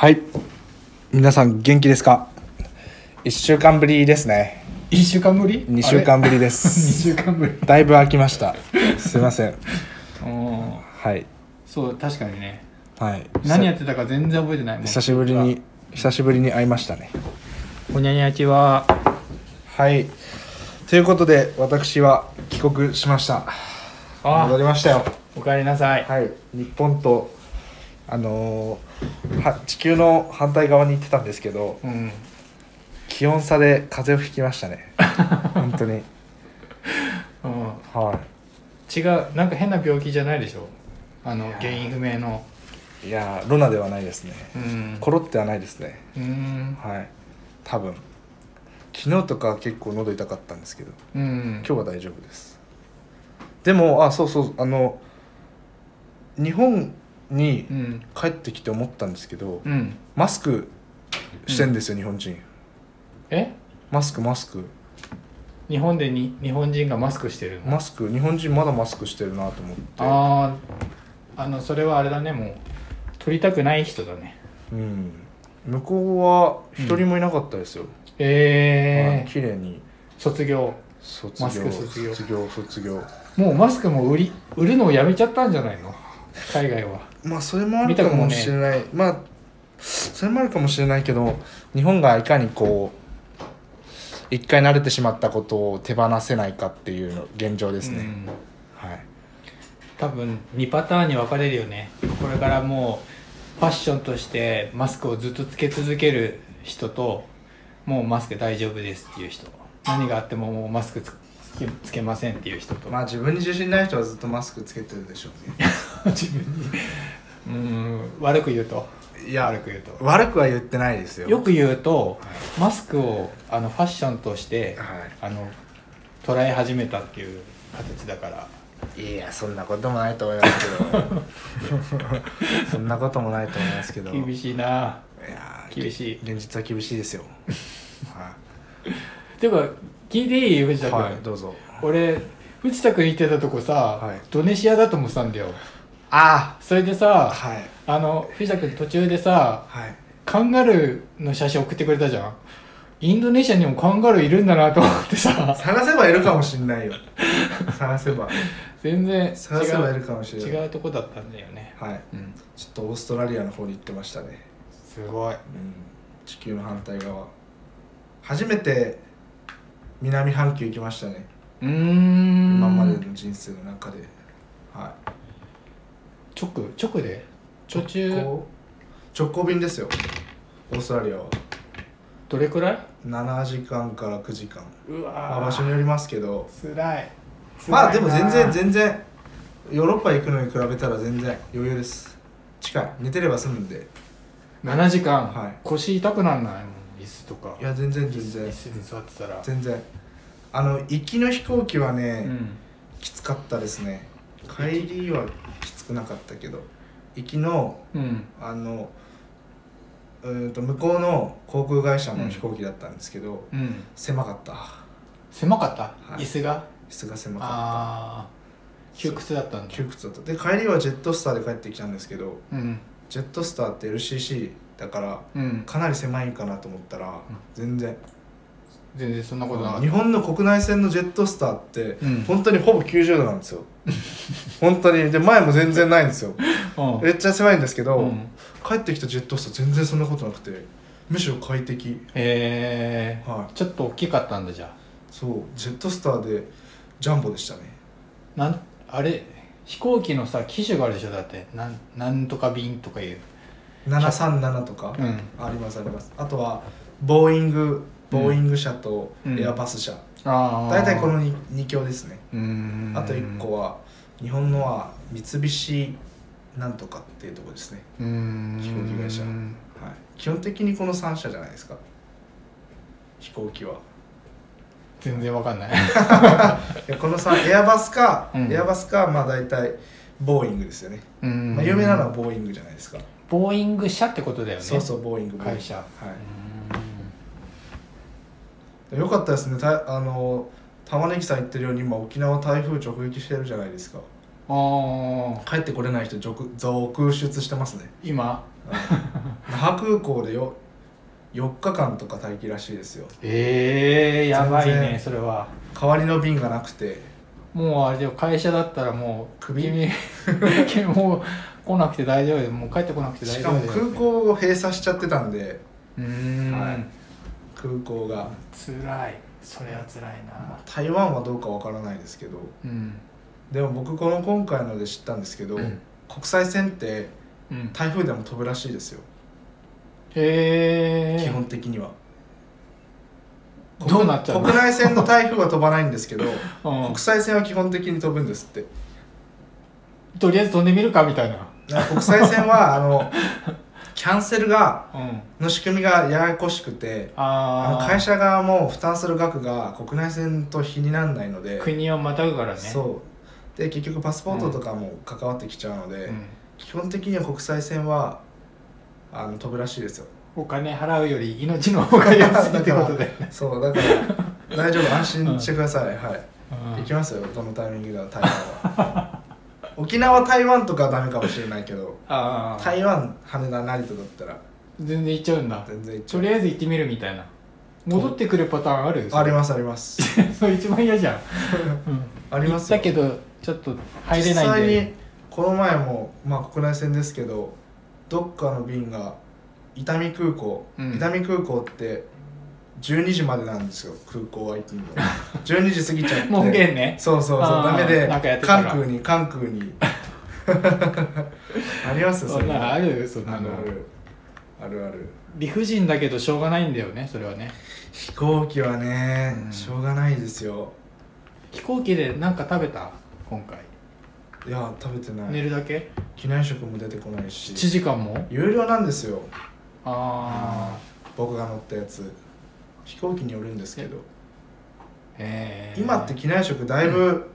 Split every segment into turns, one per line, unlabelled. はい皆さん元気ですか1週間ぶりですね
一週間ぶり
2週間ぶりで
あれ二
す
週間ぶり
だいぶ空きましたすいません
うん
はい
そう確かにね
はい
何や
っ
ってたか全然覚えてないもん
久しぶりに久しぶりに会いましたね
ほにゃにゃちは
はいということで私は帰国しました戻
あ
りましたよ
おかえりなさい
はい日本とあのーは地球の反対側に行ってたんですけど
うん
気温差で風邪をひきました ね本当に
うん
はい
違うなんか変な病気じゃないでしょあの原因不明の
いやーロナではないですね
うん
コロってはないですね
うん
はい多分昨日とか結構喉痛かったんですけど
うん
今日は大丈夫ですでもあそうそうあの日本に
うん
帰ってきて思ったんですけど
うん
マスクしてんですよ、日本人
え
マスクマスク
日本でに日本人がマスクしてるの
マスク日本人まだマスクしてるなと思って
あああのそれはあれだねもう取りたくない人だね
うん向こうは一人もいなかったですよ、
え
はい
え
綺麗に
卒業
卒業
マスク卒業
卒業卒業
もうマスクも売り売るのをやめちゃったんじゃないの海外は
まあそれもあるかもしれない、まあそれもあるかもしれないけど日本がいかにこう一回慣れてしまったことを手放せないかっていうの現状です
う
ね、
ん
はい
多分2パターンに分かれるよねこれからもうファッションとしてマスクをずっとつけ続ける人ともうマスク大丈夫ですっていう人何があってももうマスクつつけつけませんっていう人と、
あ自分に自信ない人はずっとマスクつけてるでしょうね
自分に うん悪く言うと
い
悪く言うと
悪くは言ってないですよ
よく言うとマスクをあのファッションとして
は
あの捉え始めたっていう形だから
い、いやそんなこともないと思いますけど そんなこともないと思いますけど
厳
い
しいな
やー
厳しい
現実は厳しい ですよは
ていうか聞いていい藤
い、
田君、
はい、どうぞ
俺藤田君行ってたとこさ、
はい
ドネシアだと思ってたんだよ
あ
それで
あ
さ
はい
あの藤田君途中でさ
はい
カンガルーの写真送ってくれたじゃんインドネシアにもカンガルーいるんだなと思ってさ
探せばいるかもしれないよ探せば
全然違
探せばいる
う
かもしれない
違うとこだったんだよね
はい
うん
ちょっとオーストラリアの方に行ってましたね、
すごい
うん、地球の反対側初めて南半球行きましたね
うーん
今までの人生の中ではい
直直で途中
こう直行便ですよオーストラリアは
どれくらい
7時間から9時間、
う
ま
わ
あ、
ー
場所によりますけど
つらい
まあでも全然
然
全然ヨーロッパ行くのに比べたら全然余裕です近い寝てれば済むんで
7時間、
はい
腰痛くなんないもん椅子とか
いや全然全
椅
然
子に座ってたら
全然あの行きの飛行機は
う
ね、
ん
きつかったですね帰りはきつくなかったけど行きの
うん
あのうーんと向こうの航空会社の飛行機だったんですけど、
うん
狭かった
狭かった、
はい
椅子が
質が狭かっ
ああ窮屈だったん
た
だ
窮屈だったで帰りはジェットスターで帰ってきたんですけど
うん
ジェットスターって LCC だから
うん
かなり狭いんかなと思ったら全然
全然そんなことなかっ
日
た
本の国内線のジェットスターって、
うん
本当にほぼ90度なんです よ本当にで前も全然ないんですよ
うん
めっちゃ狭いんですけど、
うん
帰ってきたジェットスター全然そんなことなくてむしろ快適
えー
はい
ちょっと大きかったんだじゃあ
そうジェットスターでジャンボでしたね
なんあれ飛行機のさ機種があるでしょだってなんなんとか便とかいう
737とか、
うん
ありますありますあとはボーイングボーイング社と
うん
エアバス社、
あ
大体この 2, 二強ですね
うん
あと1個は日本のは三菱なんとかっていうところですね、
うん
飛行機会社はい、基本的にこの3社じゃないですか飛行機は
全然わか んない
いやこの3エア バスか、
うん
エアバスかまあ大体ボーイングですよね、
うん
まあ、有名なのはボーイングじゃないですか、
ボーイング社ってことだよね
そうそうボーイングボーイング
会社
は
う
いよかったですねたあの玉ねぎさん言ってるように今沖縄台風直撃してるじゃないですか
んああ
帰ってこれない人続続出してますね
今
うんな那覇空港でよ4日間とか待機らしいですよ
ええやばい
全
ね
然
それは
代わりの便がなくて
もうあれでも会社だったらもう
首
君君もう来なくて大丈夫でもう帰ってこなくて大
し
丈
か
夫
も
で
空港を閉鎖しちゃってたんで
うーん、
はい空港が
辛いそれは辛いな
台湾はどうかわからないですけど
うん
でも僕この今回ので知ったんですけど、
うん
国際線って
うん
台風でも飛ぶらしいですよ、
へえ
基本的には
どうなっちゃうの
国内線の台風は飛ばないんですけど
うん
国際線は基本的に飛ぶんですって
とりあえず飛んでみるかみたいな
なんか国際線 はあのキャンセルが
うん
の仕組みがややこしくてあ
あ
の
あ
会社側も負担する額が国内線と比にならないので、
国をまたぐからね
そうで結局パスポートとかも関わってきちゃうので、
うん
基本的には国際線はあの飛ぶらしいですよ
お金払うより命の方が安いってことで、
そうだから 大丈夫安心してください、はい、
うん
行きますよどのタイミングでも台湾は 沖縄台湾とかはダメかもしれないけど
ああ
台湾羽田成田だったら
全然行っちゃうんだ
全然行っちゃ
と
う
りあえず行ってみるみたいな戻ってくるパターンある
ありますあります
それ一番嫌じゃん、うん、
ありますよ
行ったけどちょっと入れないん
実際
で
にこの前も、まあ、国内線ですけどどっかの便が伊丹空港、
うん
伊丹空港って12時までなんですよ空港は行 くの12時過ぎちゃって
門限ね
そうそうそう
あー
ダメで
なんかやってたら
関空に関空に ありますよ
そんなのあるそん
あ
な
る
の
あるあるある
理不尽だけどしょうがないんだよねそれはね
飛行機はね、
うん
しょうがないですよ
飛行機で何か食べた今回、
いや食べてない、
寝るだけ
機内食も出てこない
7
し
時間も
有料なんですよ
ああ
僕が乗ったやつ飛行機によるんですけど、
ええ
今って機内食だいぶ、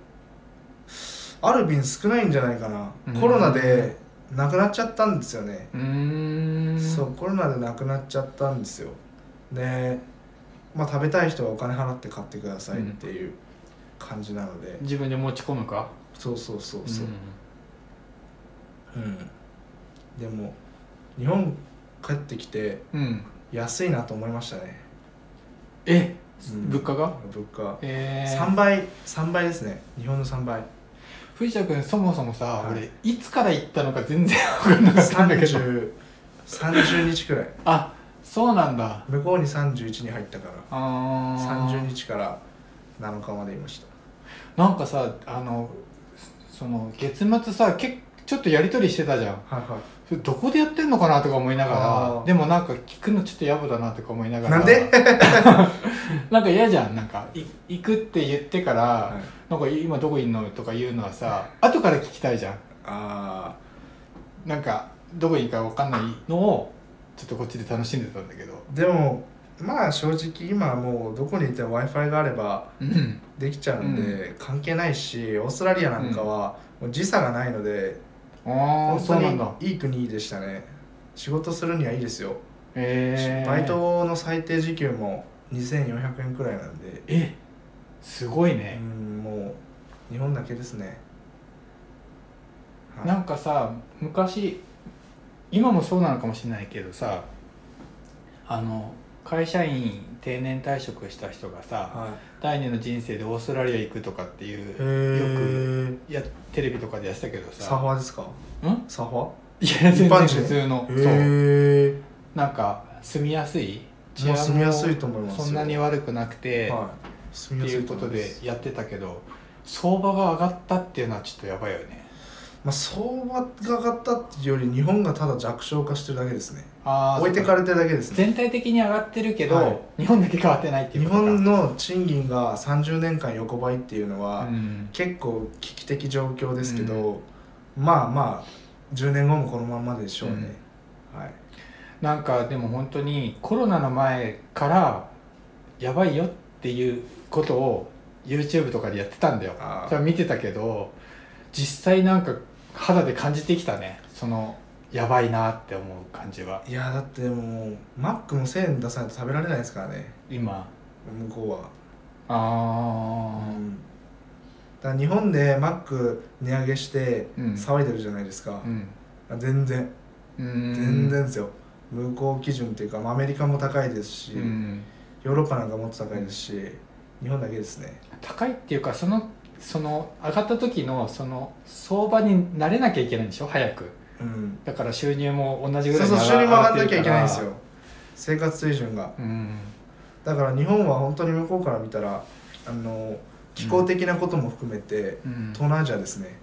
ある便少ないんじゃないかな、
うん
コロナでなくなっちゃったんですよね、
うーん
そうコロナでなくなっちゃったんですよでまあ食べたい人はお金払って買ってくださいっていう感じなので、
自分で持ち込むか
そうそうそうそううん、でも日本帰ってきて
うん、うん、
安いなと思いましたね、
え
うん
物価が
物価
ええ
3倍3倍ですね日本の3倍
藤田君そもそもさ、
はい
俺いつから行ったのか全然分かんなかったんだけど
3030 30日くらい
あそうなんだ
向こうに31に入ったから
あー
30日から7日までいました
なんかさあのその月末さけちょっとやり取りしてたじゃん
はいは
それどこでやってんのかなとか思いなが
あ
ら
ー
でもなんか聞くのちょっと野暮だなとか思いながら
なんで
なんか嫌じゃんなんかい行くって言ってから、
い、はい、
なんか今どこいんのとか言うのはさ後から聞きたいじゃん
あ
なんかどこにいるか分かんないのをちょっとこっちで楽しんでたんだけど
ーでもまあ正直今はもうどこにいても w i f i があれば
うん
できちゃうんで関係ないしオーストラリアなんかはもう時差がないので
ああ
本
そうなんだ
当にいい国でしたね仕事するにはいいですよ
えー、
バイトの最低時給も2400円くらいなんで
えすごいうね、
んもう日本だけですね、はい
なんかさ昔今もそうなのかもしれないけどさあの会社員定年退職した人がさ
は
第二の人生でオーストラリア行くとかってい
い、
うよ
へえ
くやテレビとかでやってたけど
サ
さ
ファーですか
んいや
サファ
全
一
然
般人
普通の
ー
そう
へえ
なんか住みやすい
もう住みやすいと思いますよ
そんなに悪くなくて、
はい住
って
みやす
いう
と
こ
思
と
いま
ですやってたけど相場が上がったっていうのはちょっとやばいよね
まあ、相場が上がったっていうより日本がただ弱小化してるだけですね
あー
置いてかれてるだけですね
全体的に上がってるけど、
はい
日本だけ変わってないってい
日
うことか
本の賃金が30年間横ばいっていうの
う
は、
ん
結構危機的状況ですけど、まあまあ10年後もこのまんまでしょうね、はい
なんかでも本当にコロナの前からやばいよっていうことを YouTube とかでやってたんだよ
あー
それは見てたけど実際なんか肌で感じてきたねそのやばいなって思う感じはい
やだってもうマックも1000円出さないと食べられないですからね
今
向こうは、
あ
うん、だから日本でマック値上げして
うん
騒いでるじゃないですか
あ、う、ん
全然
うーん
全然ですよ、向こう基準っていうか、まあ、アメリカも高いですし、
うん、
ヨーロッパなんかもっと高いですし日本だけですね
高いっていうかそのその上がった時のその相場に慣れなきゃいけないんでしょ早く
うん
だから収入も同じ
そう
ぐらい
そう収入も上がんなきゃいけないんです
上が
よ生活水準が
ってるからうん
だから日本は本当に向こうから見たらあの気候的なことも含めて、
うん
東南アジアですね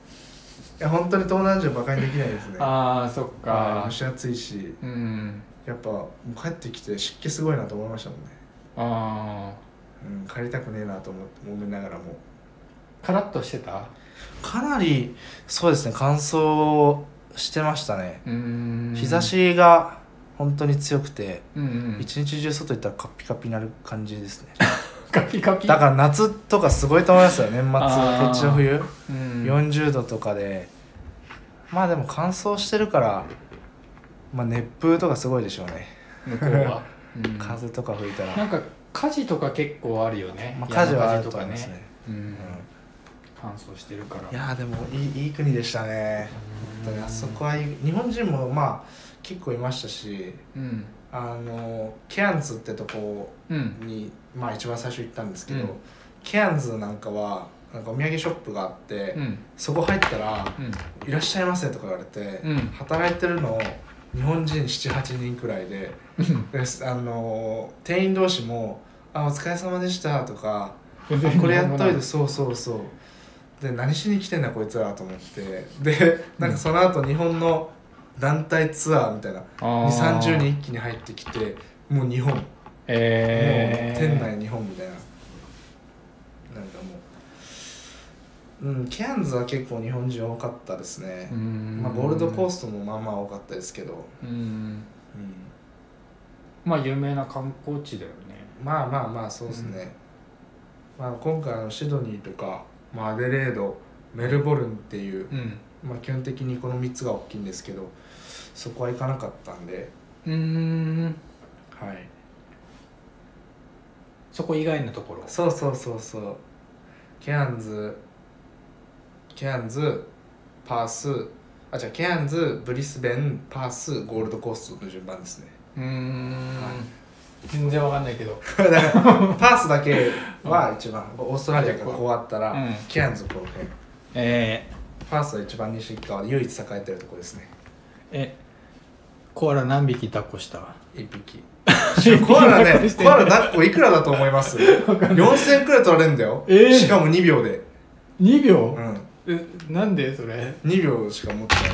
いや本当に東南アジアバカにできないですね
ああそっ
はい
か
蒸し暑いし
うん
やっぱもう帰ってきて湿気すごいなと思いましたもんね、
あ
うん、帰りたくねえなと思って思いながらも
あカラッとしてた
かなりそうですね乾燥してましたね、
うん
日差しが本当に強くて
うんうん
一日中外行ったらカッピカピになる感じですね
カピカピ
だから夏とかすごいと思いますよ年末
あー
こっちの冬、
うん
40度とかでまあでも乾燥してるから、まあ、熱風とかすごいでしょうね、
向こうは、 うん
風とか吹いたら、
なんか火事とか結構あるよね、
まあ、火事はあ
山
ると思いますね、
うん
うん
乾燥してるから
いやーでもいいいい国でしたね
うん
本当にあそこはいい日本人もまあ結構いましたし
うん
あのケアンズってとこ
うん
に、まあ、一番最初行ったんですけど、
うん
ケアンズなんかはなんかお土産ショップがあって、
うん
そこ入ったら
うん
「いらっしゃいませ」とか言われて、
うん
働いてるの日本人78人くらいで
うん
ですあの店員同士も「あお疲れ様でした」とかあこれやっと いてそうそうそうで何しに来てんだこいつらと思ってでなんかその後日本の団体ツアーみたいな2 3 0人一気に入ってきてもう日本、
えー、
もう店内日本みたいななんかもううんケアンズは結構日本人多かったですね、
うん
まあ、ゴールドコーストもまあまあ多かったですけど、
うん
うん、
まあ有名な観光地だよね
まあまあまあそうですね、まあ、今回あのシドニーとか、まあ、アデレードメルボルンっていう、
うん
まあ、基本的にこの3つが大きいんですけどそこは行かなかったんで、
うーん
はい、
そこ以外のところ
そうそうそうそうケアンズケアンズパースあじゃあケアンズブリスベンパースゴールドコーストの順番ですね
うーん全然わかんないけど
だからパースだけは一番オーストラリアがこうあったら、
うん
ケアンズこの辺
えー、
パースは一番西側で唯一栄えてるとこですね
えコアラ何匹抱っこした
一 匹コアラねコアラ抱っこいくらだと思います4000円くらい取られるんだよ、
えー
しかも2秒で
2秒
う、ん
えなんでそれ
2秒しか持ってないよ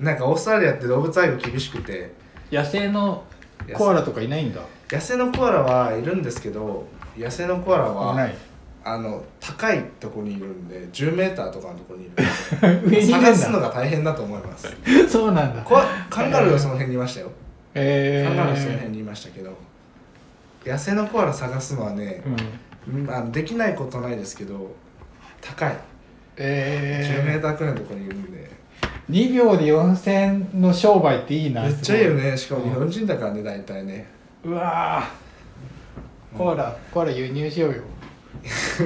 なんかオーストラリアって動物愛護厳しくて
野生のコアラとかいないんだ
野生のコアラはいるんですけど野生のコアラ
い
は
ない
あの高いとこにいるんで 10m とかのとこにいるんで
上にいるん
探すの
だ
が大変だと思います
そうなんだ
コアカンガルーはその辺にいましたよ
え
カ
ー、
ンガルーはその辺にいましたけど野生のコアラ探すのはね、
うん
うんあのできないことないですけど高い、
え
10m くらいのところにいるんで
ー、2秒で4000の商売っていいな
めっちゃいいよ
す
ねしかも日本人だからね大体ね
ごいうわーコアラコアラ輸入しようよ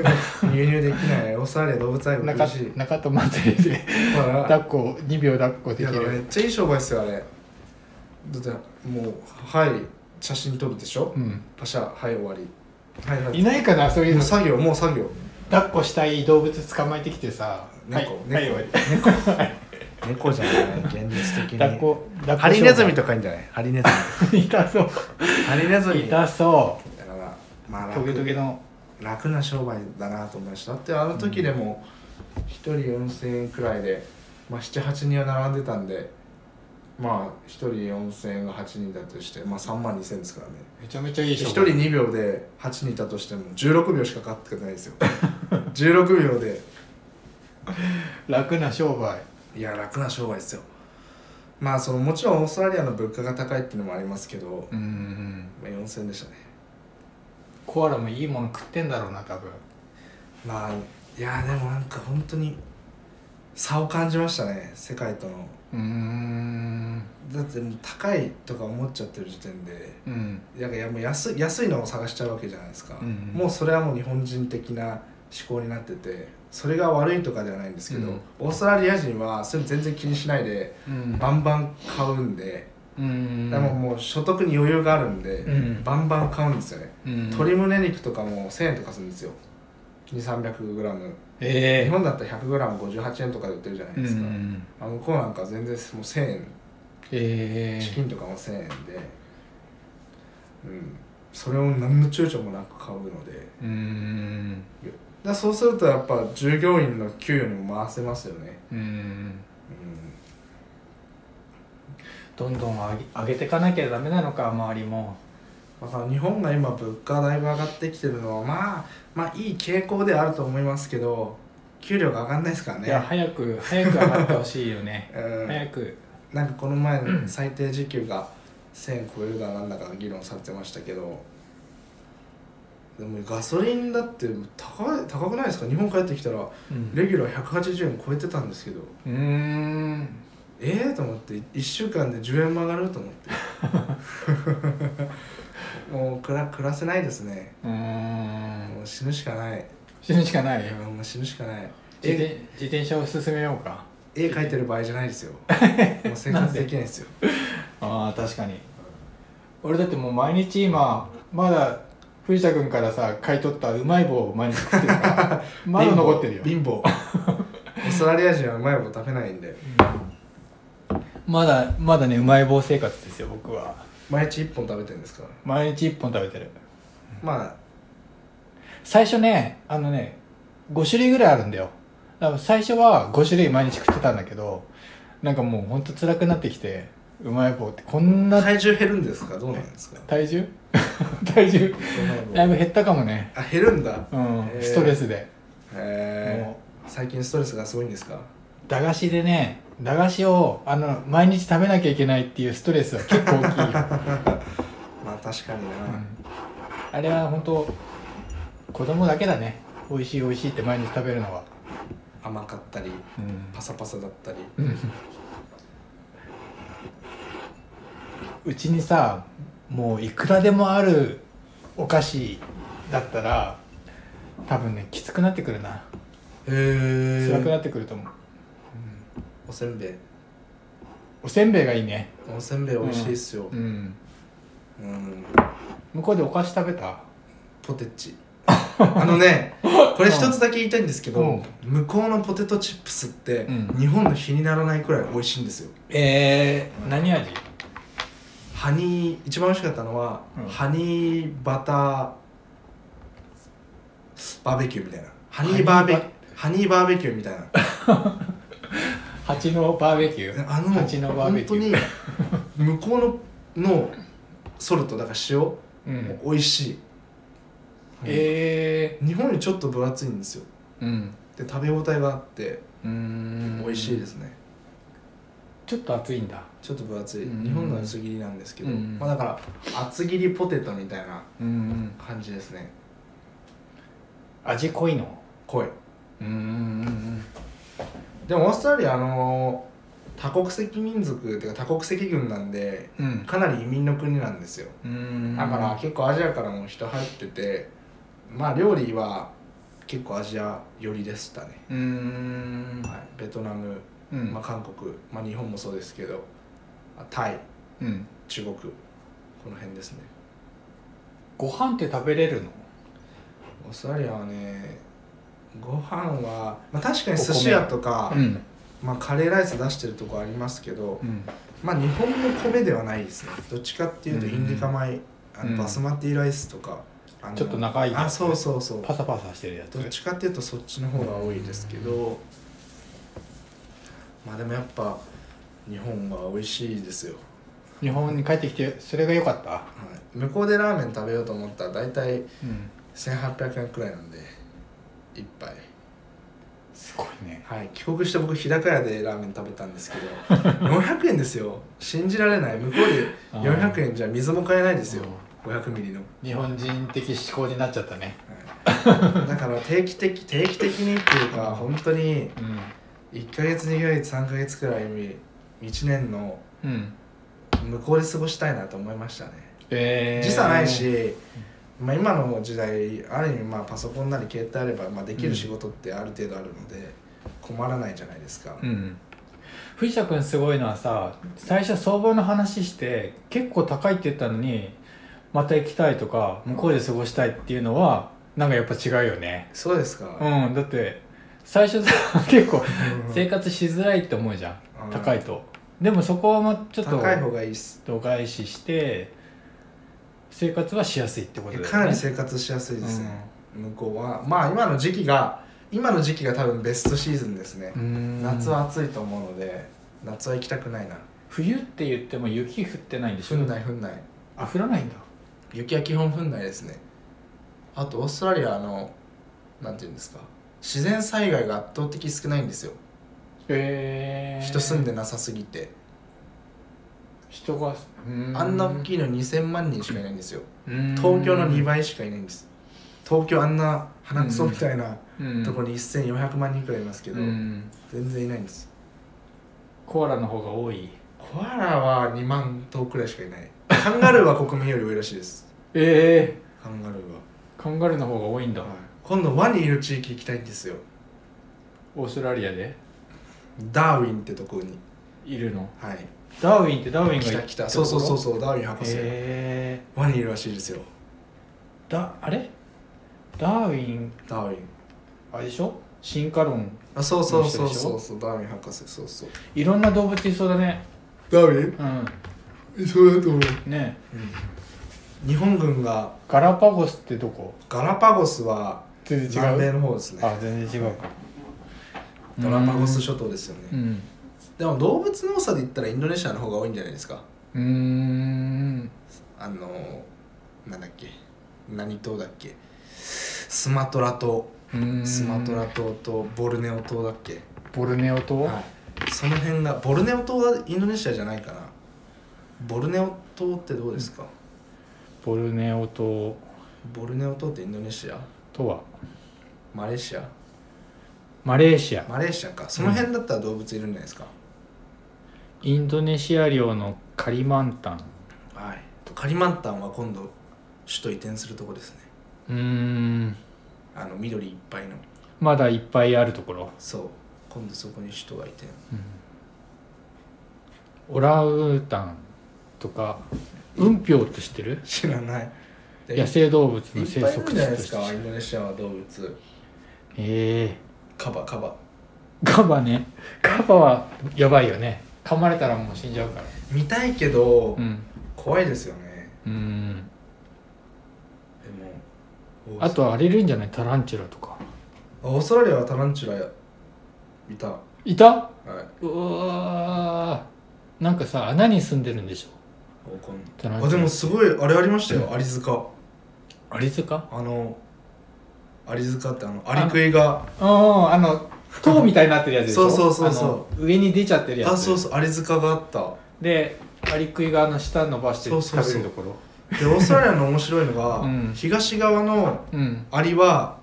輸入できないオーストラリア動物愛護
中
厳しい
中戸祭りで
だ から
抱っこ2秒抱っこ
い
で
や
き
だからめ
る
っちゃいい商売っすよあれだってもうはい写真撮るでしょ、
うん
パシャはい終わりはいはい
いないかなそういう
もう
の
作業もう作業
抱っこしたい動物捕まえてきてさはい
猫、
はい
猫
はい
猫じゃない現実 的
抱っこ抱っこ
ハリネズミ
と
とかいいんじゃないハリネズ ミ
痛そう
ハリネズミだか
痛そ
らまあ
う
楽
トゲトゲの
楽な商売だなと思いましただってあの時でも1人4000円くらいで、まあ、78人は並んでたんでまあ1人4000円が8人だとして、まあ、3万2000円ですからね
めちゃめちゃいい
1
商売
人2秒で8人いたとしても16秒しかかかってない ですよ16秒で
楽な商売
いや楽な商売ですよまあそのもちろんオーストラリアの物価が高いっていうのもありますけど、
うん
まあ、4000円でしたね
コアラもいいもの食ってんだろうな多分
まあいやでもなんか本当に差を感じましたね世界との
うーん
だってもう高いとか思っちゃってる時点で
うん
なんかいやもう安い安いのを探しちゃうわけじゃないですか、
うんうん
もうそれはもう日本人的な思考になっててそれが悪いとかではないんですけど、
うん
オーストラリア人はそれ全然気にしないで
うん
バンバン買うんで
うん
でももう所得に余裕があるんで、
うん
バンバン買うんですよね、
うん
鶏胸肉とかも1000円とかするんですよ2300g
え
日
え
本だったら 100g58 円とかで売ってるじゃないですか、
うん
あ向こうなんか全然もう1000円
え
チ
え
キンとかも1000円で、うん、それを何の躊躇もなく買うので
うん
だそうするとやっぱ従業員の給与にも回せますよね、
うん
うん、
どんどん上げ上げていかなきゃダメなのか周りも
まあ、日本が今物価だいぶ上がってきてるのはまあまあいい傾向ではあると思いますけど給料が上がんないですから
いや
ね、
早く早く上がってほしいよね
うん、
早く
なんかこの前最低時給が1000円超えるだなんだか議論されてましたけどでもガソリンだって高い高くないですか日本帰ってきたら
うん
レギュラー180円超えてたんですけど
うーん
ええと思って1週間で10円も上がると思 ってもう暮ら暮らせないですね
うーん
もう死ぬしかない
死ぬしかない
いや
よ
もう死ぬしかない
自
絵
転自転車を進めようか
絵描いてる場合じゃないです よもう生活できないですよ
ああ確かに俺だってもう毎日今まだ藤田君からさ買い取ったうまい棒を毎日食ってるから まだ残ってるよ
貧乏貧乏オ ーストラリア人はうまい棒食べないんで
まだまだねうまい棒生活ですよ僕は
毎日1本食べてるんですから
毎日1本食べてる
まあ
最初ねあのね5種類ぐらいあるんだよだから最初は5種類毎日食ってたんだけどなんかもうほんと辛くなってきてうまい棒ってこんな
体重減るんですかどうなん ですか
体重体重
うま
だ
い
い
棒
ぶ減ったかもね
あ減るんだ
うん
へー
ストレスで
へえ
も
最近ストレスがすごいんですか
駄菓子でね駄菓子をあの毎日食べなきゃいけないっていうストレスは結構大きいよ、
まあ確かにな、
うんあれは本当子供だけだね美味しい美味しいって毎日食べるのは
甘かったりパサパサだったり
うんうちにさもういくらでもあるお菓子だったら多分ねきつくなってくるな
へ
辛くなってくると思う
おせんべい
おせんべいがいいね
おせんべい美味しいっすよ、
うん
うん、
向こうでお菓子食べた
ポテチ あのねこれ一つだけ言いたいんですけど、
うん
向こうのポテトチップスって、
うん
日本の比にならないくらい美味しいんですよ
えー、何味
ハニー一番美味しかったのは、
うん
ハニーバターバーベキューみたいなハニーバーベ
ハニー
ハニーバーベキューみたいな
蜂のバーベキュー
あの
蜂のバーベキュー
本当に向こうののソルトだから塩、
うん
美味しい、
え
日本よりちょっと分厚いんですよ
ー、うん
で食べ応えがあって
うーん
美味しいですすね、
ちょっと熱いんだ
ちょっと分厚い、
うん
日本の薄切りなんですけど、
うん
まあ、だから厚切りポテトみたいな
うん
感じですね
味濃いの
濃い
うんうん
でもオーストラリアあのー多国籍民族っていうか多国籍軍なんで
うんうん
かなり移民の国なんですよ
うん
だから結構アジアからも人入っててまあ料理は結構アジア寄りでしたね、
うーん
はい、ベトナム、
うん
まあ、韓国、まあ、日本もそうですけどあタイ
うん
中国この辺ですね
ご飯って食べれるの
オーストラリアはねご飯は、まあ、確かに寿司屋とか、
ん
まあ、カレーライス出してるとこありますけど
う、ん
まあ、日本の米ではないですねどっちかっていうと
うん
インディカ米、あ
うん
のバスマティライスとか、あの
ちょっと長いやつ
あそうそうそう
パサパサしてるやつ
どっちかっていうとそっちの方が多いですけどまあでもやっぱ日本は美味しいですよ、
日本に帰ってきてそれが良かった
はい、向こうでラーメン食べようと思ったら大体
うん
1800円くらいなんで一杯
すごいね
はい、帰国して僕日高屋でラーメン食べたんですけど 400円ですよ信じられない向こうで
あー
400円じゃ水も買えないですよ500ミリの、
日本人的思考になっちゃったね
はいだから定期的定期的にっていうか本当に
う
1ヶ月2ヶ月3ヶ月くらいに1年の
んうん
向こうで過ごしたいなと思いましたね
えー
時差ないし、まあ、今の時代ある意味まあパソコンなり携帯あればまあできる仕事ってある程度あるので困らないじゃないですか、
うん藤田君すごいのはさ最初相場の話して結構高いって言ったのにまた行きたいとか向こうで過ごしたいっていうのはなんかやっぱ違うよね
そうですか、
うんだって最初さ 結構
うん
生活しづらいって思うじゃ
うん
ん高いとでもそこはまちょっと
高い方がいいっす
度外視して生活はしやすいってことだよね
かなり生活しやすいですね、向こうはまあ今の時期が今の時期が多分ベストシーズンですね
う、ん
夏は暑いと思うので夏は行きたくないな
冬って言っても雪降ってないんでし
降
ょ
んない降んない
あ降らないんだ
雪は基本降んないですねあとオーストラリアのなんていうんですか自然災害が圧倒的少ないんですよ
ええ
人住んでなさすぎて
人が
あんな大
い
きいの2000万人しかいないんですよ東京の2倍しかいないんです東京あんな鼻くそみたいなとこ
に
に1400万人くらいいますけど全然いないんです
コアラの方が多い
コアラは2万頭くらいしかいないカンガルーは国民より上らしいです
ええ
カンガルー
カンガルーの方が多いんだ
は、はい今度ワニいる地域行きたいんですよ
オーストラリアで
ダーウィンってとこに
いるの
はい
ダーウィンってダーウィンが
来
い
た来たそうそうそうそうダーウィン博士、
ええ
ワニいるらしいですよ
だあれダーウィン
ダーウィン
あれでしょ進化論
あそうそう
の人
そう
でしょ
そうそうダーウィン博士そうそう
いろんな動物いそうだね
ダーウィン
うん
えそうだと思う、
ね
ん、日本軍が
ガラパゴスってどこ
ガラパゴスは
全
南米の方ですね
あ全然違うか
ガラパゴス諸島ですよね、
うん
でも動物の多さで言ったらインドネシアの方が多いんじゃないですか
うーん
あのなんだっけ何島だっけスマトラ島
うーん
スマトラ島とボルネオ島だっけ、
ボルネオ島、
はい、その辺がボルネオ島はインドネシアじゃないかなボルネオ島ってどうですか、
ボルネオ島
ボルネオ島ってインドネシア
とは
マレーシア
マレーシア
マレーシアかその辺だったら動物いるんじゃないですか、
インドネシア領のカリマンタン
はいカリマンタンは今度首都移転するとこですね
うーん
あの緑いっぱいの
まだいっぱいあるところ、
そう今度そこに首都が移転
オランウータンとかウンピョウって知ってる
知らないで
野生動物
い
の
っ
生
ぱいいる
息
んじゃ
地
ない
と
です
して
かインドネシアは動物
ええ
カバカバ
カバねカバはやばいよね噛まれたらもう死んじゃうから
見たいけど、
うん
怖いですよね
うん
でも
あとあれいるんじゃないタランチュラとか
オーストラリアはタランチュラいたはい
たうわーなんかさ穴に住んでるんでしょ
わかんない
タランチュ
あ
ラ
でもすごいあれありましたよアリ塚
アリ塚
あのアリ塚ってあのアリクイが
うんあの塔みたいになってるやつでしょ
そうそうそうそう
あの上に出ちゃってるやつ
あそうそうアリ塚があった
でアリクイがあの下伸ばして
そうそう
食
そう
べるところ
でオーストラリアの面白いのが、
うん
東側の
うん
アリは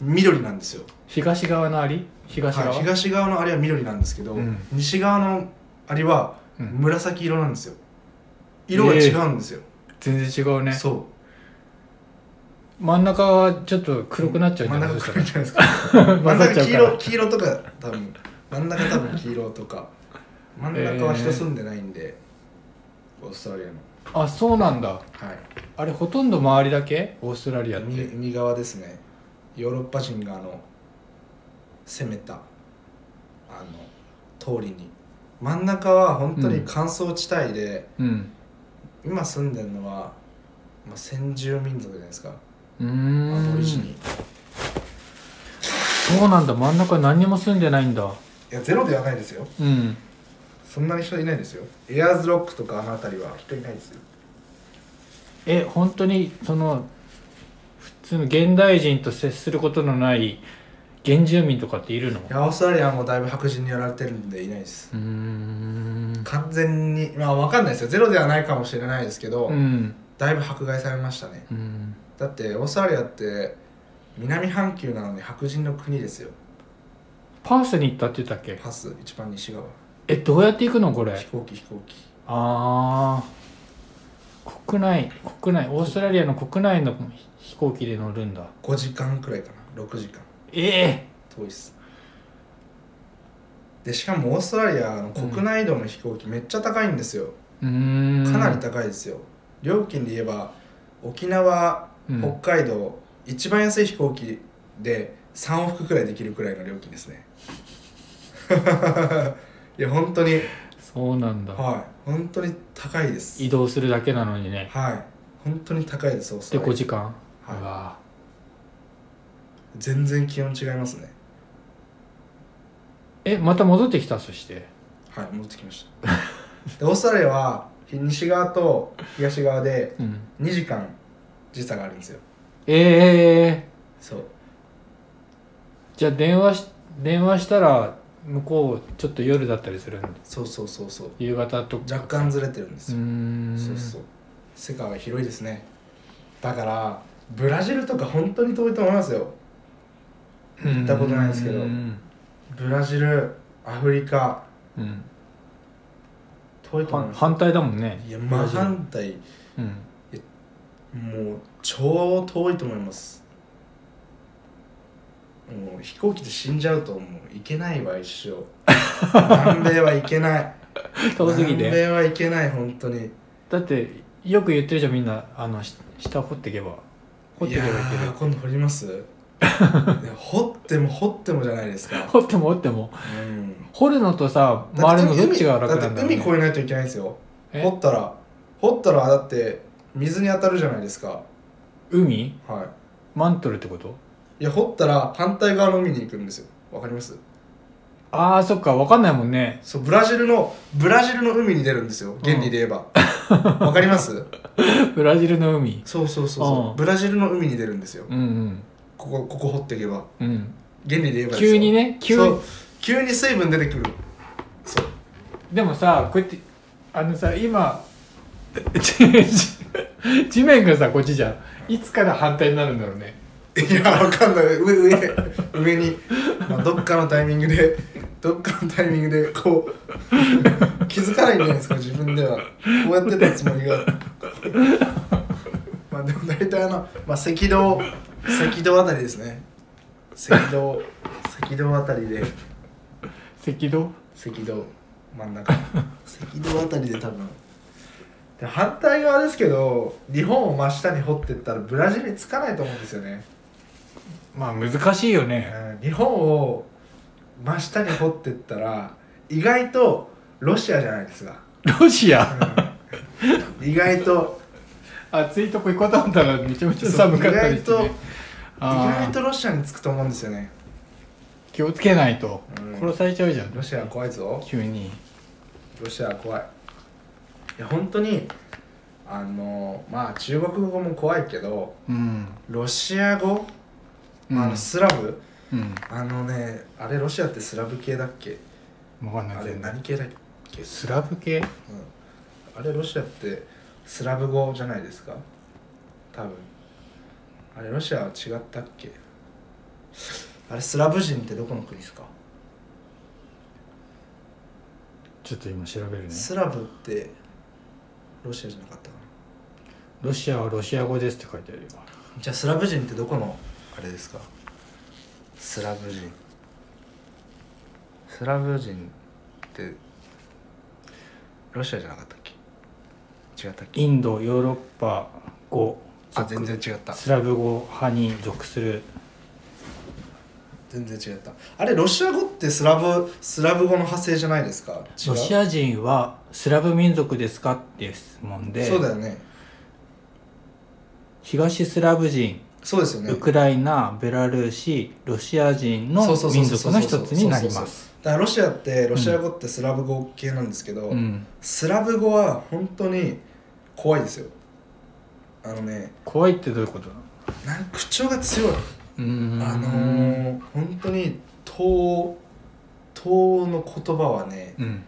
緑なんですよ
東側のアリ東側、
はい、東側のあれは緑なんですけど、
うん
西側のあれは
うん
紫色なんですよ、色が違うんですよ、
全然違うね
そう
真ん中はちょっと黒くなっちゃうん
真
じ
ん
ゃない
中
そし
黒
た
い
ら
じゃないですか真ん
混ざっち
中
ゃう
黄
から
色黄色とか多分真ん中多分黄色とか真ん中は人住んでないんで、オーストラリアの
あそうなんだ
はい
あれほとんど周りだけオーストラリアって
海海側ですねヨーロッパ人があの攻めたあの通りに真ん中は本当に乾燥地帯で、
うん
今住んでるのは、まあ、先住民族じゃないですか
うー
アボリジニ
ん
い
そうなんだ真ん中何にも住んでないんだ
やゼロではないですよ
うん
そんなに人いないですよエアーズロックとかあの辺りは人いないですよ
え本当にその普通の現代人と接することのない原住民とかっているの
いやオーストラリアはもうだいぶ白人にやられてるんでいないです
うーん
完全にまあ分かんないですよゼロではないかもしれないですけど、
うん
だいぶ迫害されましたね
うん
だってオーストラリアって南半球なのに白人の国ですよ
パースに行ったって言ったっけ
パス一番西側
えどうやって行くのこれ
飛行機飛行機
ああ国内国内オーストラリアの国内の飛行機で乗るんだ
5時間くらいかな6時間
ええ
遠いっすでしかもオーストラリアの国内移動の飛行機めっちゃ高いんですよ、
うーん
かなり高いですよ料金で言えば沖縄
うん
北海道、一番安い飛行機で3往復くらいできるくらいの料金ですね いや本当に
そうなんだ
はい本当に高いです
移動するだけなのにね
はい本当に高いですオース
で
トラ
5
リ
時間
ア、
う
は
わ
い、全然気温違いますね
えまた戻ってきたそして
はい戻ってきましたでオーストラリアは西側と東側で
うん
2時間時差があるんですよ
ええ
そう
じゃあ電話し電話したら向こうちょっと夜だったりするんで
そうそうそうそう
夕方とか
若干ずれてるんで
う
す
ー
よ、
ん
そうそう世界は広いですねだからブラジルとか本当に遠いと思いますよ行ったことないですけど
うん
ブラジルアフリカ
うん
遠いと思い
反
ます
反対だもんね
いや真反対
うん
もう超遠いと思いますもう飛行機で死んじゃうともう行けないわ一生南米は行けない
遠すぎ
南
て
米は行けない本当に
だってよく言ってるじゃんみんなあのし下掘っていけば掘っていけばい
い
け
やー
る
今度掘りますいや掘っても掘ってもじゃないですか、
掘っても掘っても
うん、
掘るのとさ
だっ
回
て
るのどっちが楽
海
なんだろう、
だ
ね、
って海越えないといけないんですよ
え
掘ったら掘ったらだって水に当たるじゃないですか
海
は
マントルってこと
いいや掘ったら反対側の海に行くんですよわかります
あーそっか分かんないもんね
そうブラジルのブラジルの海に出るんですよ原理で言えばわ、かります
ブラジルの海
そうそうそうそう、
うん
ブラジルの海に出るんですよ
うん
ここここ掘っていけば
うんうん
原理で言えばですよ
急にね急
そ
に
う急に水分出てくるそう
でもさこうやってあのさ今 地地面がさこっちじゃんいつから反対になるんだろうね
いや、わかんない。上、上、上に、まあ、どっかのタイミングで、どっかのタイミングで、こう、気づかないんじゃないですか、自分では。こうやってたつもりが。まあ、でも大体あの、まあ、赤道、赤道あたりですね。赤道、赤道あたりで、
赤道
赤道、真ん中。赤道あたりで多分。で反対側ですけど、日本を真下に掘ってったら、ブラジルにつかないと思うんですよね。
まあ難しいよね
うん日本を真下に掘ってったら意外とロシアじゃないですか、
ロシア
うん意外と
暑いとこ行こうと思ったらめちゃめちゃ寒かったりして、
そう意外
ね
と、意
あー
外とロシアに着くと思うんですよね
気をつけないと
うん
殺されちゃうじゃん
ロシアは怖いぞ
急に
ロシアは怖いいや本当にあのまあ中国語も怖いけど
うん
ロシア語、まあ、あ
う
の
ん
スラブ、
うん
あのねあれロシアってスラブ系だっけ
分かんない
あ
け
れ
ど
何系だっけ
スラブ系
あれロシアってスラブ語じゃないですか多分あれロシアは違ったっけあれスラブ人ってどこの国ですか、
ちょっと今調べるね
スラブってロシアじゃなかったかな
ロシアはロシア語ですって書いてあるよ
じゃあスラブ人ってどこのあれですかスラブ人スラブ人ってロシアじゃなかったっけ違ったっけ
インドヨーロッパ語
あ全然違った
スラブ語派に属する
全然違ったあれロシア語ってスラブスラブ語の派生じゃないですか違う
ロシア人はスラブ民族ですかっていう質問で
そうだよね
東スラブ人
そうですよね
ウクライナベラルーシロシア人の
そうそうそう
民
そうそ
族
う
の一つになり
そうそうそう
ます
だからロシアってロシア語ってスラブ語系なんですけど、
うん
スラブ語は本当に怖いですよあのね
怖いってどういうことな
な
の
ん口調が強い
あの
あのー、本当に東東欧の言葉はね
うん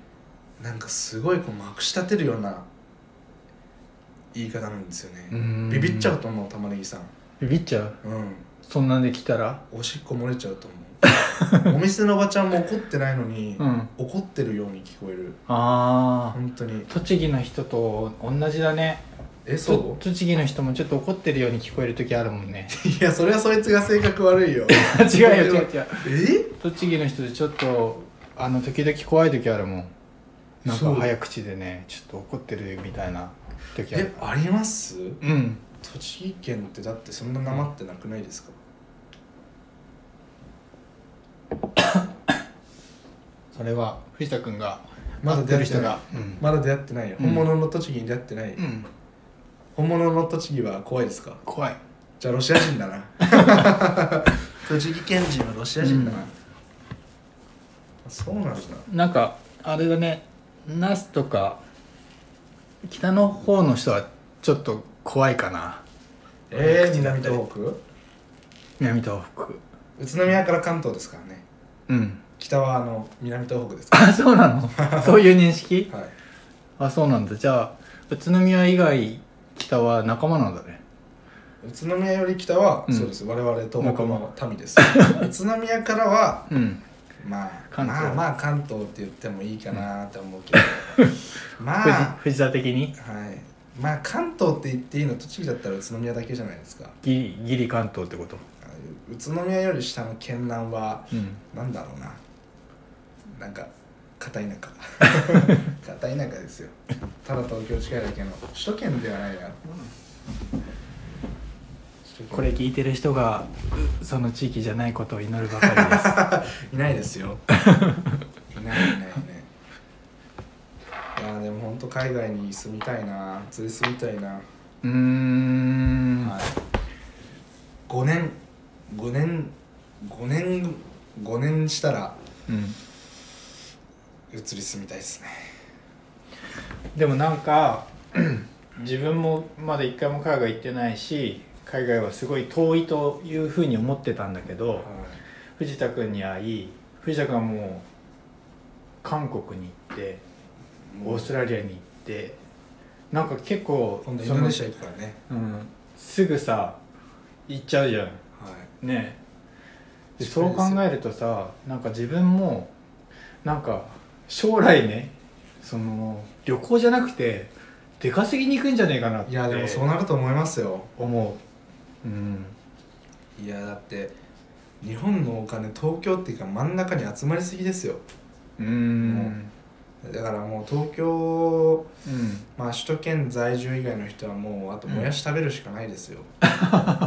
なんかすごいこうまくし立てるような言い方なんですよね、
うん
ビビっちゃうと思う玉ねぎさん
ビビっちゃう
うん
そんなんで来たら
おしっこ漏れちゃうと思うお店のおばちゃんも怒ってないのに、
うん
怒ってるように聞こえる
ああ
本当に
栃木の人と同じだね
え
と
そ
栃木の人もちょっと怒ってるように聞こえる時あるもん ね
ういや それはそいつが性格悪いよ
違うよ違う違う
え
栃木の人でちょっとあの時々怖い時あるもんなん
そ
か
う
早口でねちょっと怒ってるみたいな時あ
え
る
あります
うん
栃木県ってだってそんななまってなくないですか
それは藤田君が
まだ
会って
出会
る
ってな
人
い
がうん、
まだ出会ってないよ
うん
本物の栃木に出会ってない、
うん、
本物の栃木は怖いですか
怖い
じゃあロシア人だな 栃木県人はロシア人だな、
うん
あそうなんだ
なんかあれだねナスとか北の方の人はちょっと怖いかな
えー、南東北宇
南東北
都宮から関東ですからね
うん
北はあの南東北ですか
あそうな のそういう認識
らはい
あそうなんだじゃあ宇都宮以外北は仲間なんだね
宇都宮より北は、
うん
そうです我々東
仲
北
間
の民です 宇都宮からは
うん
まあ
関東
まあまあ関東って言ってもいいかなって思う けど、ま
藤
あ
藤田的に
はいまあ関東って言っていいの栃木だったら宇都宮だけじゃないですか
ギリギリ関東ってこと
あの宇都宮より下の県南は
うん
なんだろうななんか片田舎 片田舎ですよただ東京近いだけの首都圏ではないな
これ聞いてる人がうその地域じゃないことを祈るばかりで す
いないです よいないいないいないいやーでもほんと海外に住みたいな連れ住みたいな、
うーん、
はい5年5年5年5年したら
うん
移り住みたいですね
でもなんか 自分もまだ一回も海外行ってないし海外はすごい遠いというふうに思ってたんだけど藤田君に会い藤田君はもう韓国に行ってオーストラリアに行ってなんか結構
今度イン
そ
ド
の
ネシア行くからね
うん、すぐさ行っちゃうじゃん
はい
ねえで
そう
そう
です
考
よ
えるとさなんか自分もなんか将来ねその旅行じゃなくて出稼ぎに行くんじゃねえかなって
いやでもそうなると思いますよ
思ううん
いやだって日本のお金東京っていうか真ん中に集まりすぎですよ
う
も
ん
だからもう東京
うん
まあ首都圏在住以外の人はもうあともやし食べるしかないです よ、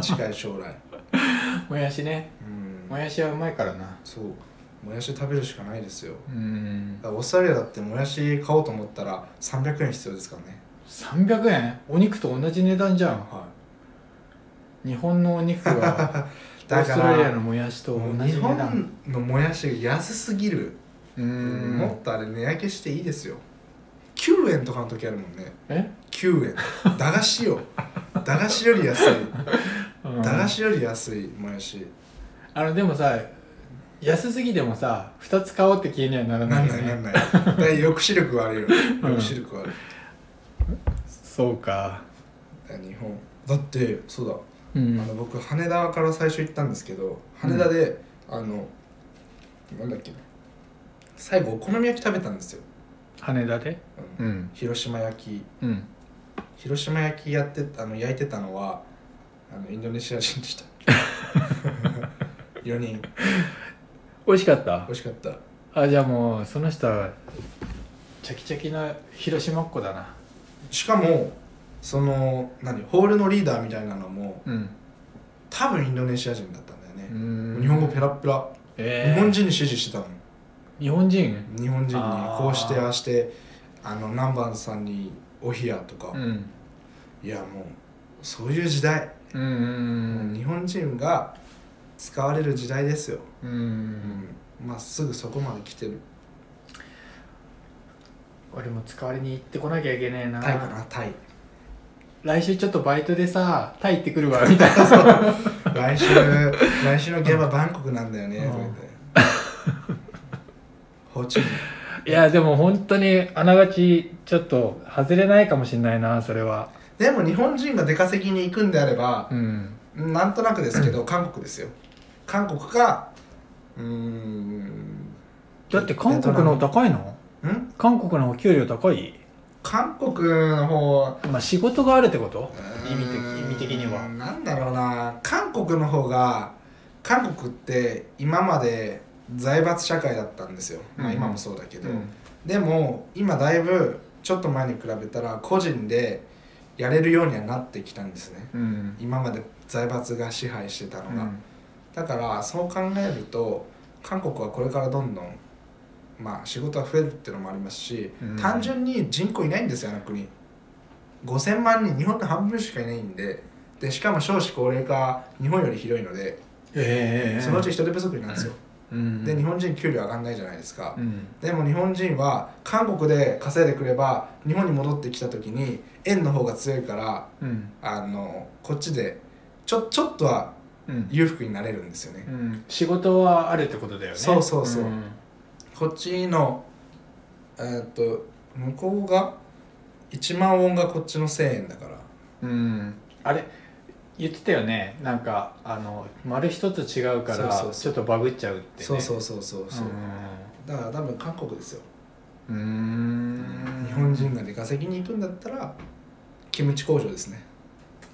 近い将来
もやしね
うん
もやしはうまいからな
そうもやし食べるしかないですよ
うん
だからオーストラリアだってもやし買おうと思ったら300円必要ですからね
300円お肉と同じ値段じゃん
は
日本のお 肉が
い
オー
だ
ス
か
トラリア
ら
のもやしと同じ
日
値段
本のもやしが安すぎる
う
も
ん
っとあれ値上げしていいですよ9円とかの時あるもんね
え
9円駄菓子 よ駄菓子より安い
うん
駄菓子より安いもやし
あのでもさ安すぎてもさ2つ買おうって気にはなら
な
ない
ん
よ
ないなんな
ね
いだから抑止力はあるよ抑止力はある
そうか
だから日本だってそうだ、
う
あの
ん
僕羽田から最初行ったんですけど羽田で、あのなんだっけ最後お好み焼き食べたんですよ、
羽田で
うん
うん
広島焼き
うん
広島焼きやってあの焼いてたのはあのインドネシア人でした 4人
美味しかった
美味しかった
あじゃあもうその人はチャキチャキの広島っ子だな
しかもその何ホールのリーダーみたいなのも
うん
多分インドネシア人だったんだよね、
日
日本語ペラッペラ、
えー
日本人に指示してたの
日本人
日本人
あ
に
ー
こうしてああしてあの南蛮さんにお冷やとか、
うん
いやもうそういう時代、
うんうん
もう日本人が使われる時代ですよ、
うんう
うんんまあすぐそこまで来てる
俺も使われに行ってこなきゃいけねえな
タイかなタイ
来週ちょっとバイトでさタイ行ってくるわみたいな
来週来週の現場バンコクなんだよね
うん
とか言ってホーチミン
いやでも本当にあながちちょっと外れないかもしれないなそれは
でも日本人が出稼ぎに行くんであれば
うん
なんとなくですけど韓国ですよ韓国かうーん
だって韓国の
ベト
高いの
ナムん
韓国のお給料高い
韓国の方
まあ仕事があるってこと意味的
うーん
意味的には
なんだろうな韓国の方が韓国って今まで財閥社会だったんですよ、まあ、
うん
今もそうだけど、
うん
でも今だいぶちょっと前に比べたら個人でやれるようにはなってきたんですね
うん
今まで財閥が支配してたのが、だからそう考えると韓国はこれからどんどんまあ仕事は増えるっていうのもありますし、
うん
単純に人口いないんですよあの国5000万人日本の半分しかいないんででしかも少子高齢化日本よりひどいので
ええ
そのうち人手不足になるんですよ、
うん
で日本人給料上がんないじゃないですか、
うん
でも日本人は韓国で稼いでくれば日本に戻ってきた時に円の方が強いから
うん
あのこっちでちょちょっとは
うん
裕福になれるんですよね、
うん仕事はあるってことだよね
そうそうそうんこっちのえーっと向こうが1万ウォンがこっちの1000円だから
うんあれ言ってたよねなんかあの丸一つ違うか
そうそ
ら
う
ち
そ
ょっとバグっちゃうってね
そうそううそうそう
そ
そうう、
う
だから多分韓国ですよ、
んうん
日本人が出稼ぎに行くんだったらキムチ工場ですね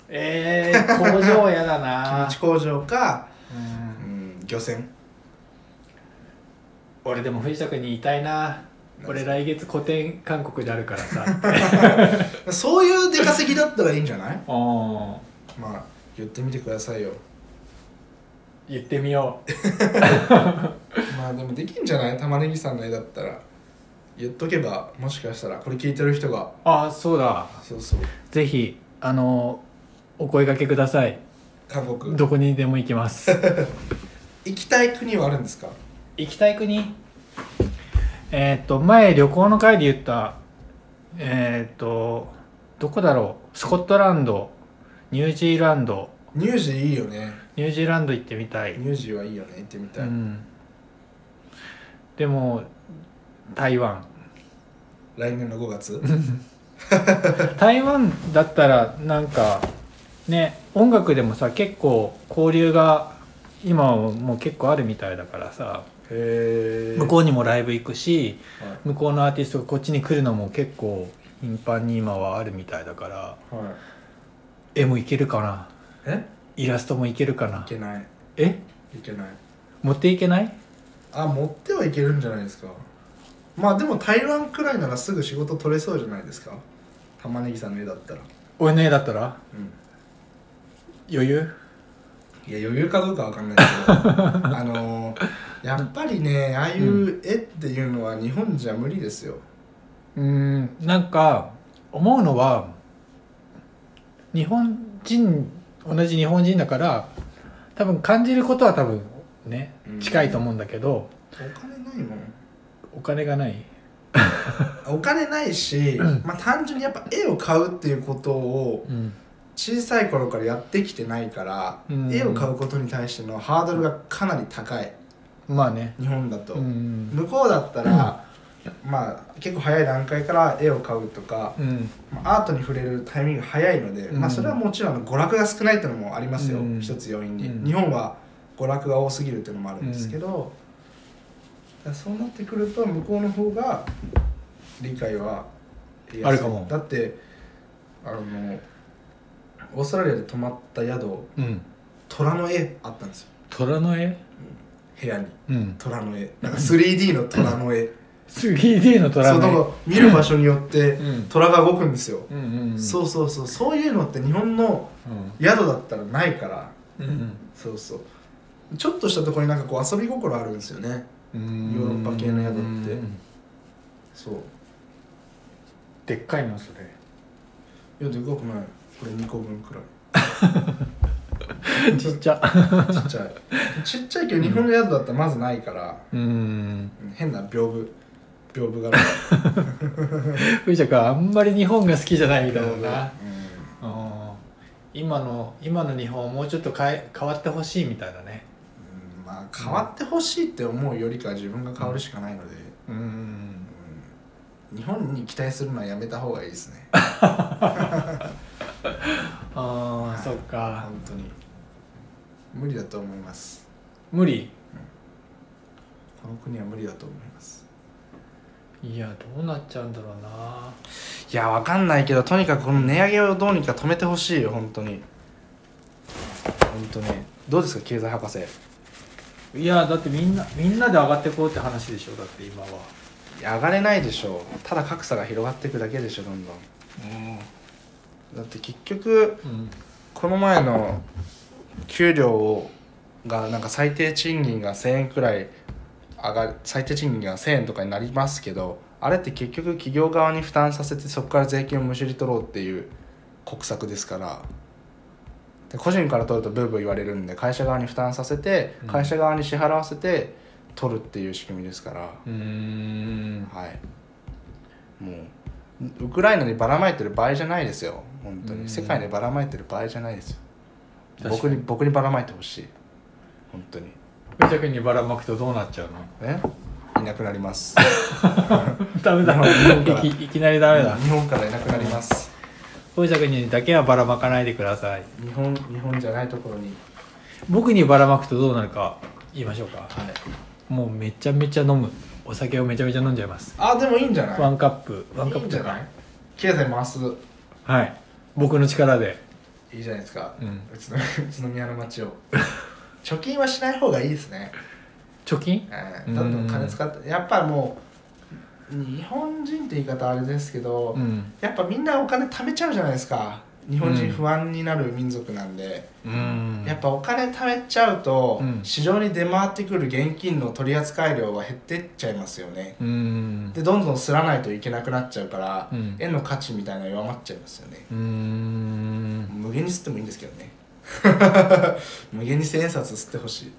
ええ工場やだ
キム
な
チ工場か、
う
うんん、漁船
俺でも藤田君にいたいな俺来月古典韓国であるからさ
そういう出稼ぎだったらいいんじゃない
おー
まあ言ってみてくださいよ
言ってみよ
まあでもできんじゃない玉ねぎさんの絵だったら言っとけばもしかしたらこれ聞いてる人が
うああそうだ
そうそう
ぜひあのお声掛けください
韓国
どこにでも行きます
行きたい国はあるんですか
行きたい国えーっと前旅行の回で言ったえーっとどこだろうスコットランドニュージーランド
ニュージーいいよね
ニュージーランド行ってみたい、
ニュージーはいいよね行ってみ
う
たい、
ん、でも台湾
来年の5月
台湾だったらなんかね音楽でもさ結構交流が今はもう結構あるみたいだからさ
へ
向こうにもライブ行くし
は
向こうのアーティストがこっちに来るのも結構頻繁に今はあるみたいだか
い、
ら
はい、
絵もいけるかな
え
イラストもいけるか
い
な
けない
え
いけない
持っていけない
あ持ってはいけるんじゃないですかまあでも台湾くらいならすぐ仕事取れそうじゃないですか玉ねぎさんの絵だったら
俺の絵だったら
うん
余裕
いや余裕かどうかわかんないけど あのーやっぱりねああいう絵っていうのは日本じゃ無理ですよ、
うーんなんか思うのは日本人同じ日本人だから多分感じることは多分ね
うん
近いと思うんだけ
お
ど、
金ないもん
お金がない
お金ないし、
うん
まあ、単純にやっぱ絵を買うっていうことを
うん
小さい頃からやってきてないから、
うん
絵を買うことに対してのハードルがかなり高い
まあね
日本だと、
うん
向こうだったら、まあ結構早い段階から絵を買うとか、
うん
まあアートに触れるタイミングが早いので、
うん
まあそれはもちろんあの娯楽が少ないっていうのもありますよ、
うん
一つ要因に、
うん
日本は娯楽が多すぎるっていうのもあるんですけど、だからそうなってくると向こうの方が理解は得やすい
あるかも
だってあのオーストラリアで泊まった宿
うん
虎の絵あったんですよ
虎の絵
部屋に
うん
虎の絵なんか 3D の虎の絵
3D の 虎
そうだか
の
ら見る場所によって
絵うん
虎が動くんですよ、
うんうんうん
そうそうそうそういうのって日本の
う
宿だったらないから
んうん
そうそうちょっとしたところになんかこう遊び心あるんですよね
うん
ヨーロッパ系の宿って
うん
そう
でっかいのそれ
いやでかくないこれ2個分くらい
ちっちゃ
ちっちゃいちっちゃいけど日本の宿だったらまずないから、
うん
うん変な屏風屏風がある
藤田君あんまり日本が好きじゃないみたいだ
屏風
なうん今の今の日本をもうちょっと変え変わってほしいみたいだね
うん、うんまあ変わってほしいって思うよりかは自分が変わるしかないので、
うん
うん日本に期待するのはやめた方がいいですね
ああそっか
本当に無理だと思います
無理
この国は無理だと思います
いやどうなっちゃうんだろうない
やわかんないけどとにかくこの値上げをどうにか止めてほしいよ本当に本当にどうですか経済博士
いやだってみんなみんなで上がってこうって話でしょだって今は
上がれないでしょうただ格差が広がっていくだけでしょどんどんだって結局
うん
この前の給料をがなんか最低賃金が1,000円くらい上がる最低賃金が1,000円とかになりますけどあれって結局企業側に負担させてそこから税金をむしり取ろうっていう国策ですからで個人から取るとブーブー言われるんで会社側に負担させて
うん
会社側に支払わせて取るっていう仕組みですから。
うーん
はい、もうウクライナにばらまいてる場合じゃないですよ本当
う
に
ん
世界にばらまいてる場合じゃないですよ
確かに
僕に僕にばらまいてほしい本当に
藤田君にばらまくとどうなっちゃう の
えいなくなります
ダメだ
日本から
いきいきなりダメだ
日本からいなくなります
藤田君にだけはばらまかないでください
日本日本じゃないところに
僕にばらまくとどうなるか言いましょうか
はい
もうめちゃめちゃ飲むお酒をめちゃめちゃ飲んじゃいます
あでもいいんじゃない
ワンカップワンカ
い
ッ
い
プ
ん
と
じ
い
ゃ
うか
ない経済回す
はい僕の力で
いいじゃないですか、
うん
宇都宇都宮の街を 貯金はしない方がいいですね
貯金
うんどんどん金使ってやっぱもう日本人って言い方あれですけど、
うん
やっぱみんなお金貯めちゃうじゃないですか日本
うん
人不安になる民族なんで、
うん
やっぱお金貯めちゃうと、
うん
市場に出回ってくる現金の取扱量は減ってっちゃいますよね
うん
でどんどんすらないといけなくなっちゃうから、
うん
円の価値みたいなの弱まっちゃいますよね
うん
無限に吸ってもいいんですけど ね無限に千円札吸ってほしい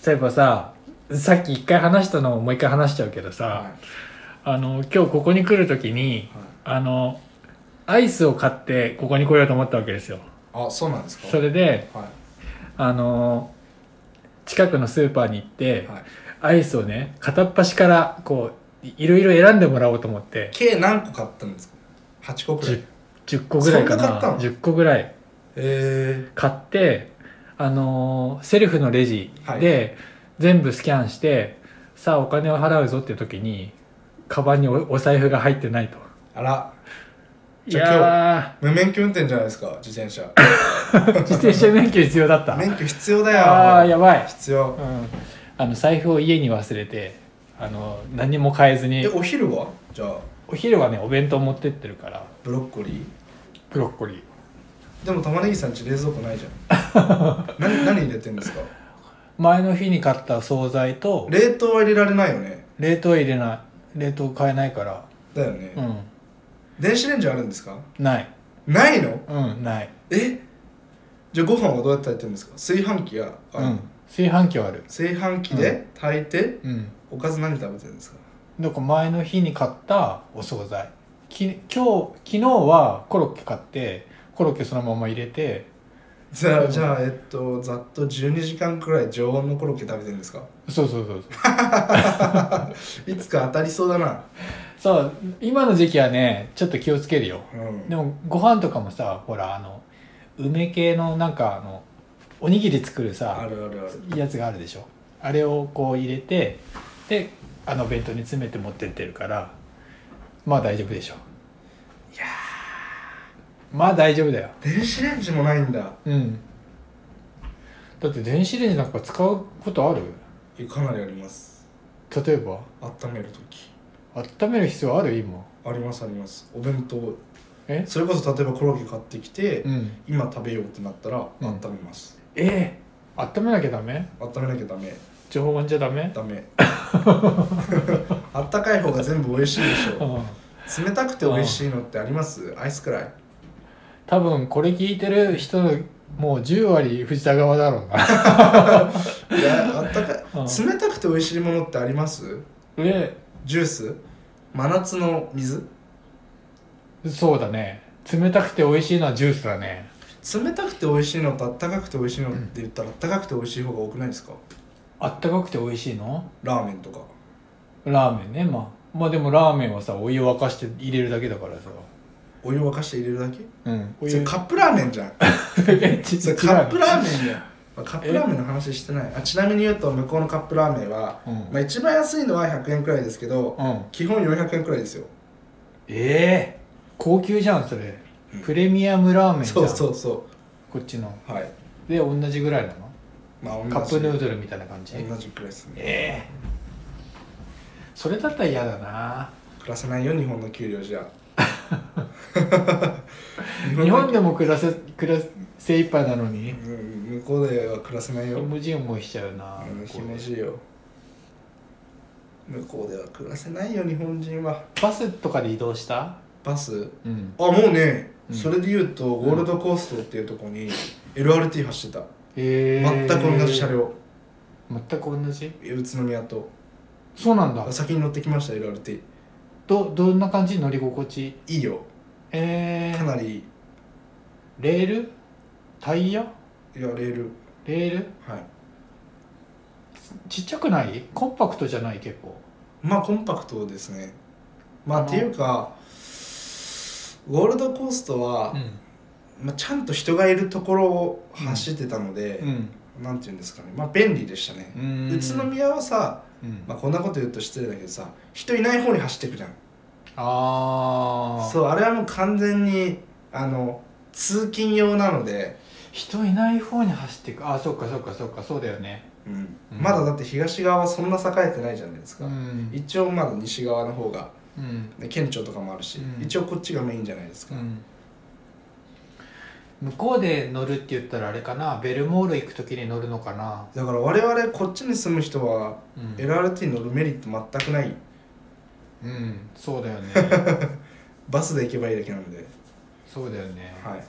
そういえばささっき一回話したのをもう一回話しちゃうけどさ、
は
あの今日ここに来る時
い、
に
はい
あのアイスを買ってここに来ようと思ったわけですよ
あそうなんですか
それで
は
あの近くのスーパーに行って
い、はい、
アイスをね片っ端からこういいろいろ選んでもらおうと思って
計何個買ったんですか8個くらい
10, 10個ぐらいか
そんな買
な
ったの
10個ぐらい
え
買ってあのーセルフのレジで全部スキャンして、さあお金を払うぞって時にカバンにおお財布が入ってないと
ー、あら
い
じゃあ
や
無免許運転じゃないですか自転 車
ー自転車免許必要だった
免許必要だよ
ああやばい、
必要
うん、あの財布を家に忘れてあの何も買えずに
えお昼はじゃあ
お昼はねお弁当持ってってるから
ブロッコリー
ブロッコリー
でも玉ねぎさんち冷蔵庫ないじ ゃん何何入れてんですか
前の日に買った惣菜と
冷凍は入れられないよね
冷凍入れない冷凍買えないから
だよね、
うん
電子レンジあるんですか
ない
ないの
うんない
えじゃあご飯はどうやって炊いてるんですか炊飯器があ
う
る、
ん炊飯器はある
炊飯器で炊いて、
うん
おかず何食べてるんですか
だから前の日に買ったお惣菜き今日昨日はコロッケ買ってコロッケそのまま入れて
じゃあじゃあえっとざっと12時間くらい常温のコロッケ食べてるんですか
そうそうそうそう
いつか当たりそうだな
そう今の時期はねちょっと気をつけるよ
うん
でもご飯とかもさほらあの梅系のなんかあのおにぎり作る
あ
さ
るあるある
やつがあるでしょあれをこう入れてであの弁当に詰めて持ってってるからまあ大丈夫でしょいやまあ大丈夫だよ
電子レンジもないんだ
うんだって電子レンジなんか使うことある
えかなりあります
例えば
温める時
温める必要ある今
ありますありますお弁当
え
それこそ例えばコロッケ買ってきて、
うん
今食べようってなったら
うん
温めます、
ええ温めなきゃダメ
温めなきゃダメ
常温じゃダメ
ダメあったかい方が全部美味しいでしょ
うん
冷たくて美味しいのってありますアイスくらい
多分これ聞いてる人のもう10割藤田側だろうな
いやあったか
う
い冷たくて美味しいものってあります
え
ジュース真夏の水
そうだね冷たくて美味しいのはジュースだね
冷たくて美味しいのとあったかくて美味しいのって言ったらあったかくて美味しい方が多くないですか
あったかくて美味しいの
ラーメンとか
ラーメンねまあまあでもラーメンはさお湯沸かして入れるだけだからさ
お湯沸かして入れるだけ
うんお
そ
湯
れカップラーメン じゃん
えち
それ
違う
カップラーメンじゃんまあカップラーメンの話してないあちなみに言うと向こうのカップラーメンは、
うん
まあ、一番安いのは100円くらいですけど、
うん
基本400円くらいですよ
ええ高級じゃんそれ
うん
プレミアムラーメンじゃん
そうそうそ
こっちの
うはい
で同じぐらいなの
まあ同じ
カップヌードルみたいな感じ
同じくらいですね
ええそれだったら嫌だな
暮らせないよ日本の給料じゃ 日
日本
の
でも暮らせ暮ら精一杯なのに
うん向こうでは暮らせない
気
よ
持ちいい思いしちゃうな
うん気
こう
持
ね
ちいいよ向こうでは暮らせないよ日本人は
バスとかで移動した
バス
うん
あもうね、
うん
それで言うとゴールドコーストっていうとこに LRT 走ってた、
ええ
全く同じ車両
全く同じ
宇都宮と
そうなんだ
先に乗ってきました LRT
どどんな感じ乗り心地
いいよ
ええ
かなり
レールタイヤ
やれる
レール
はい
ちっちゃくないコンパクトじゃない結構
まあコンパクトですねまあ
あの
っていうかゴールドコーストは、
ん
まあ、ちゃんと人がいるところを走ってたので
う、ん
なんていうんですかねまあ便利でしたね、
うん
宇都宮はさ、
うん
まあ、こんなこと言うと失礼だけどさ人いない方に走ってくじゃん
ああ
そうあれはもう完全にあの通勤用なので、
人いない方に走っていくあそっかそっかそっかそうだよね
うん
うん
まだだって東側はそんな栄えてないじゃないですか、
ん
一応まだ西側の方が
うん、
ね県庁とかもあるし、
うん
一応こっちがメインじゃないです
う
か、
ん、向こうで乗るって言ったらあれかなベルモール行く時に乗るのかな、
だから我々こっちに住む人は
うん、
LRT に乗るメリット全くない
うんそうだよね
バスで行けばいいだけなんで、
そうだよね
はい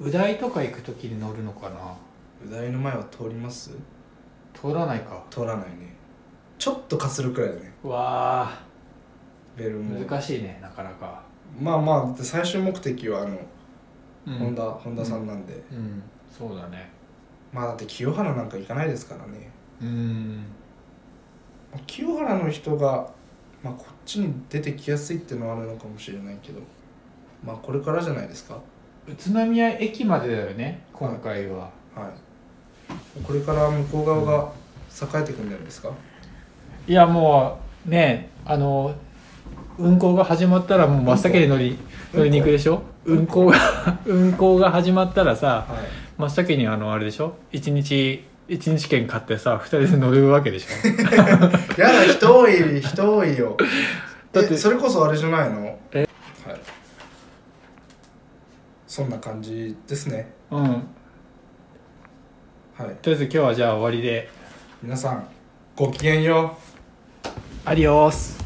右大とか行く時に乗るのかな
うだいの前は通ります
通らないか
通らないねちょっとかするくらいだね
うわあ
ベルも
難しいねなかなか
まあまあだって最終目的はあの、
う
ホンダホンダさんなんで、
うんそうだね
まあだって清原なんか行かないですからね
うん
まあ清原の人が、まあ、こっちに出てきやすいってのはあるのかもしれないけどまあこれからじゃないですか
宇都宮駅までだよね今回は、
はいこれから向こう側が栄えていくんじゃないですか
いやもうねあの運行が始まったらもう真っ先に乗り乗りに行くでしょ運行が 運行が始まったらさ
はい
真っ先にあのあれでしょ一日一日券買ってさ2人で乗るわけでしょ
やだ人多 い人多いよ
だって
えそれこそあれじゃないの
え
はいそんな感じですね
うん
はい
とりあえず今日はじゃあ終わりで
皆さんごきげんよう
アディオス